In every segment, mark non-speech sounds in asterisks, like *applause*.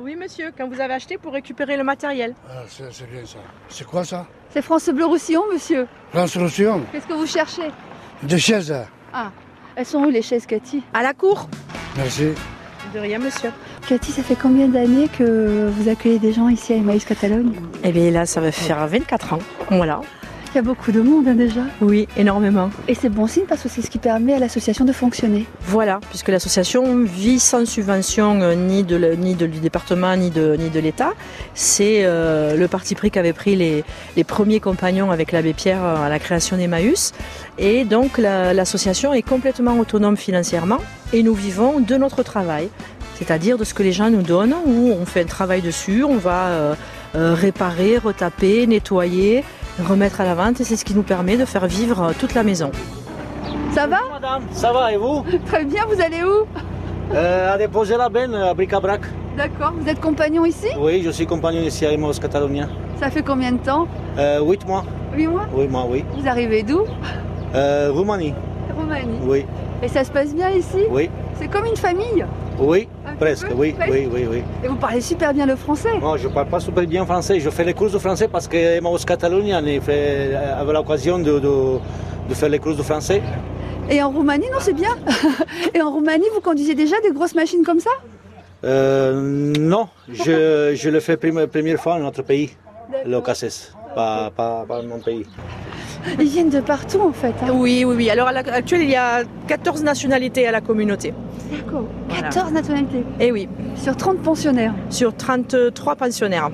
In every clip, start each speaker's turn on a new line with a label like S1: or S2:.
S1: Oui, monsieur, quand vous avez acheté pour récupérer le matériel.
S2: Ah, c'est c'est bien ça. C'est quoi ça
S3: C'est France Bleu Roussillon, monsieur.
S2: L'instruction
S3: Qu'est-ce que vous cherchez
S2: Des chaises.
S3: Elles sont où les chaises, Cathy
S1: À la cour
S2: Merci.
S1: De rien, monsieur.
S3: Cathy, ça fait combien d'années que vous accueillez des gens ici à Emmaüs Catalogne
S1: Eh bien là, ça va faire 24 ans. Voilà.
S3: Il y a beaucoup de monde hein, déjà.
S1: Oui, énormément.
S3: Et c'est bon signe parce que c'est ce qui permet à l'association de fonctionner.
S1: Voilà, puisque l'association vit sans subvention euh, ni, de, le- ni de- du département ni de, ni de l'État. C'est euh, le parti pris qu'avaient pris les, les premiers compagnons avec l'abbé Pierre euh, à la création d'Emmaüs. Et donc la- l'association est complètement autonome financièrement et nous vivons de notre travail, c'est-à-dire de ce que les gens nous donnent, où on fait un travail dessus, on va euh, euh, réparer, retaper, nettoyer, remettre à la vente et c'est ce qui nous permet de faire vivre euh, toute la maison.
S3: Ça va
S4: Madame, ça va et vous
S3: Très bien, vous allez où
S4: Euh, À déposer la benne à bric-à-brac.
S3: D'accord, vous êtes compagnon ici
S4: Oui, je suis compagnon ici à Imos Catalonia.
S3: Ça fait combien de temps
S4: Euh, 8 mois
S3: Huit mois
S4: Oui, moi, oui.
S3: Vous arrivez d'où
S4: Euh, Roumanie
S3: Roumanie.
S4: Oui,
S3: Et ça se passe bien ici
S4: oui,
S3: C'est comme une famille
S4: oui,
S3: un petit
S4: presque,
S3: peu,
S4: oui,
S3: presque.
S4: oui, oui, oui.
S3: Et vous parlez super bien le français
S4: Moi, je parle pas super bien français. Je fais les courses de français parce que Imos Catalonia on est fait- euh, avait l'occasion de, de- de faire les courses de français.
S3: Et en Roumanie, non, c'est bien *laughs* Et en Roumanie, vous conduisez déjà des grosses machines comme ça
S4: Euh, non, je, je le fais prime- première fois dans notre pays, le Casses, pas, pas, pas mon pays.
S3: Ils viennent de partout en fait. hein.
S1: Oui, oui, oui. Alors à l'heure actuelle, il y a 14 nationalités à la communauté.
S3: D'accord.
S1: Voilà.
S3: 14 nationalités
S1: Et oui,
S3: sur 30 pensionnaires.
S1: sur 33 pensionnaires.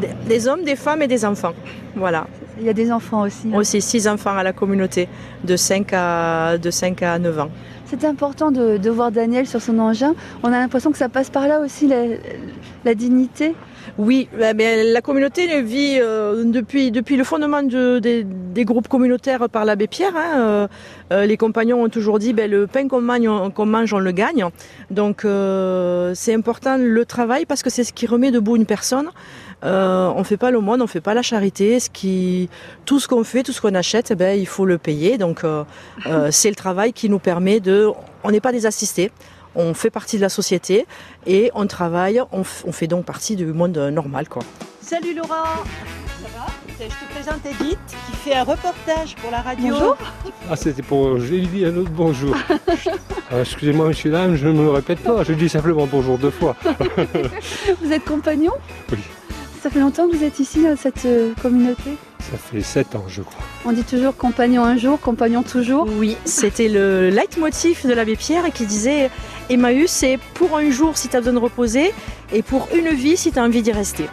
S1: Des, des hommes, des femmes et des enfants. Voilà.
S3: Il y a des enfants aussi. hein.
S1: Aussi 6 enfants à la communauté de 5 à, de 5 à 9 ans.
S3: C'est important de, de voir Daniel sur son engin. On a l'impression que ça passe par là aussi, la, la dignité.
S1: Oui, eh bien, la communauté vit euh, depuis, depuis le fondement de- des, des groupes communautaires par l'abbé Pierre. hein, euh, euh, les compagnons ont toujours dit ben, le pain qu'on mange, on, qu'on mange, on le gagne. Donc euh, c'est important le travail parce que c'est ce qui remet debout une personne. Euh, on fait pas l'aumône, on fait pas la charité. Ce qui, tout ce qu'on fait, tout ce qu'on achète, eh ben, il faut le payer. Donc euh, euh, c'est le travail qui nous permet de. On n'est pas des assistés. On fait partie de la société et on travaille, on, f- on fait donc partie du monde euh, normal. Quoi.
S5: Salut Laura Ça va Je te présente Edith qui fait un reportage pour la radio.
S3: Bonjour.
S6: Ah, c'était pour. Je lui dit un autre bonjour. Ah, Excusez-moi, monsieur, dame, je ne me répète pas. Je dis simplement bonjour deux fois.
S3: Vous êtes compagnon
S6: Oui.
S3: Ça fait longtemps que vous êtes ici dans cette euh, communauté.
S6: Ça fait sept ans, je crois.
S3: On dit toujours compagnon un jour, compagnon toujours.
S1: Oui, c'était le leitmotiv de l'abbé Pierre qui disait Emmaüs, c'est pour un jour si tu as besoin de reposer et pour une vie si tu as envie d'y rester.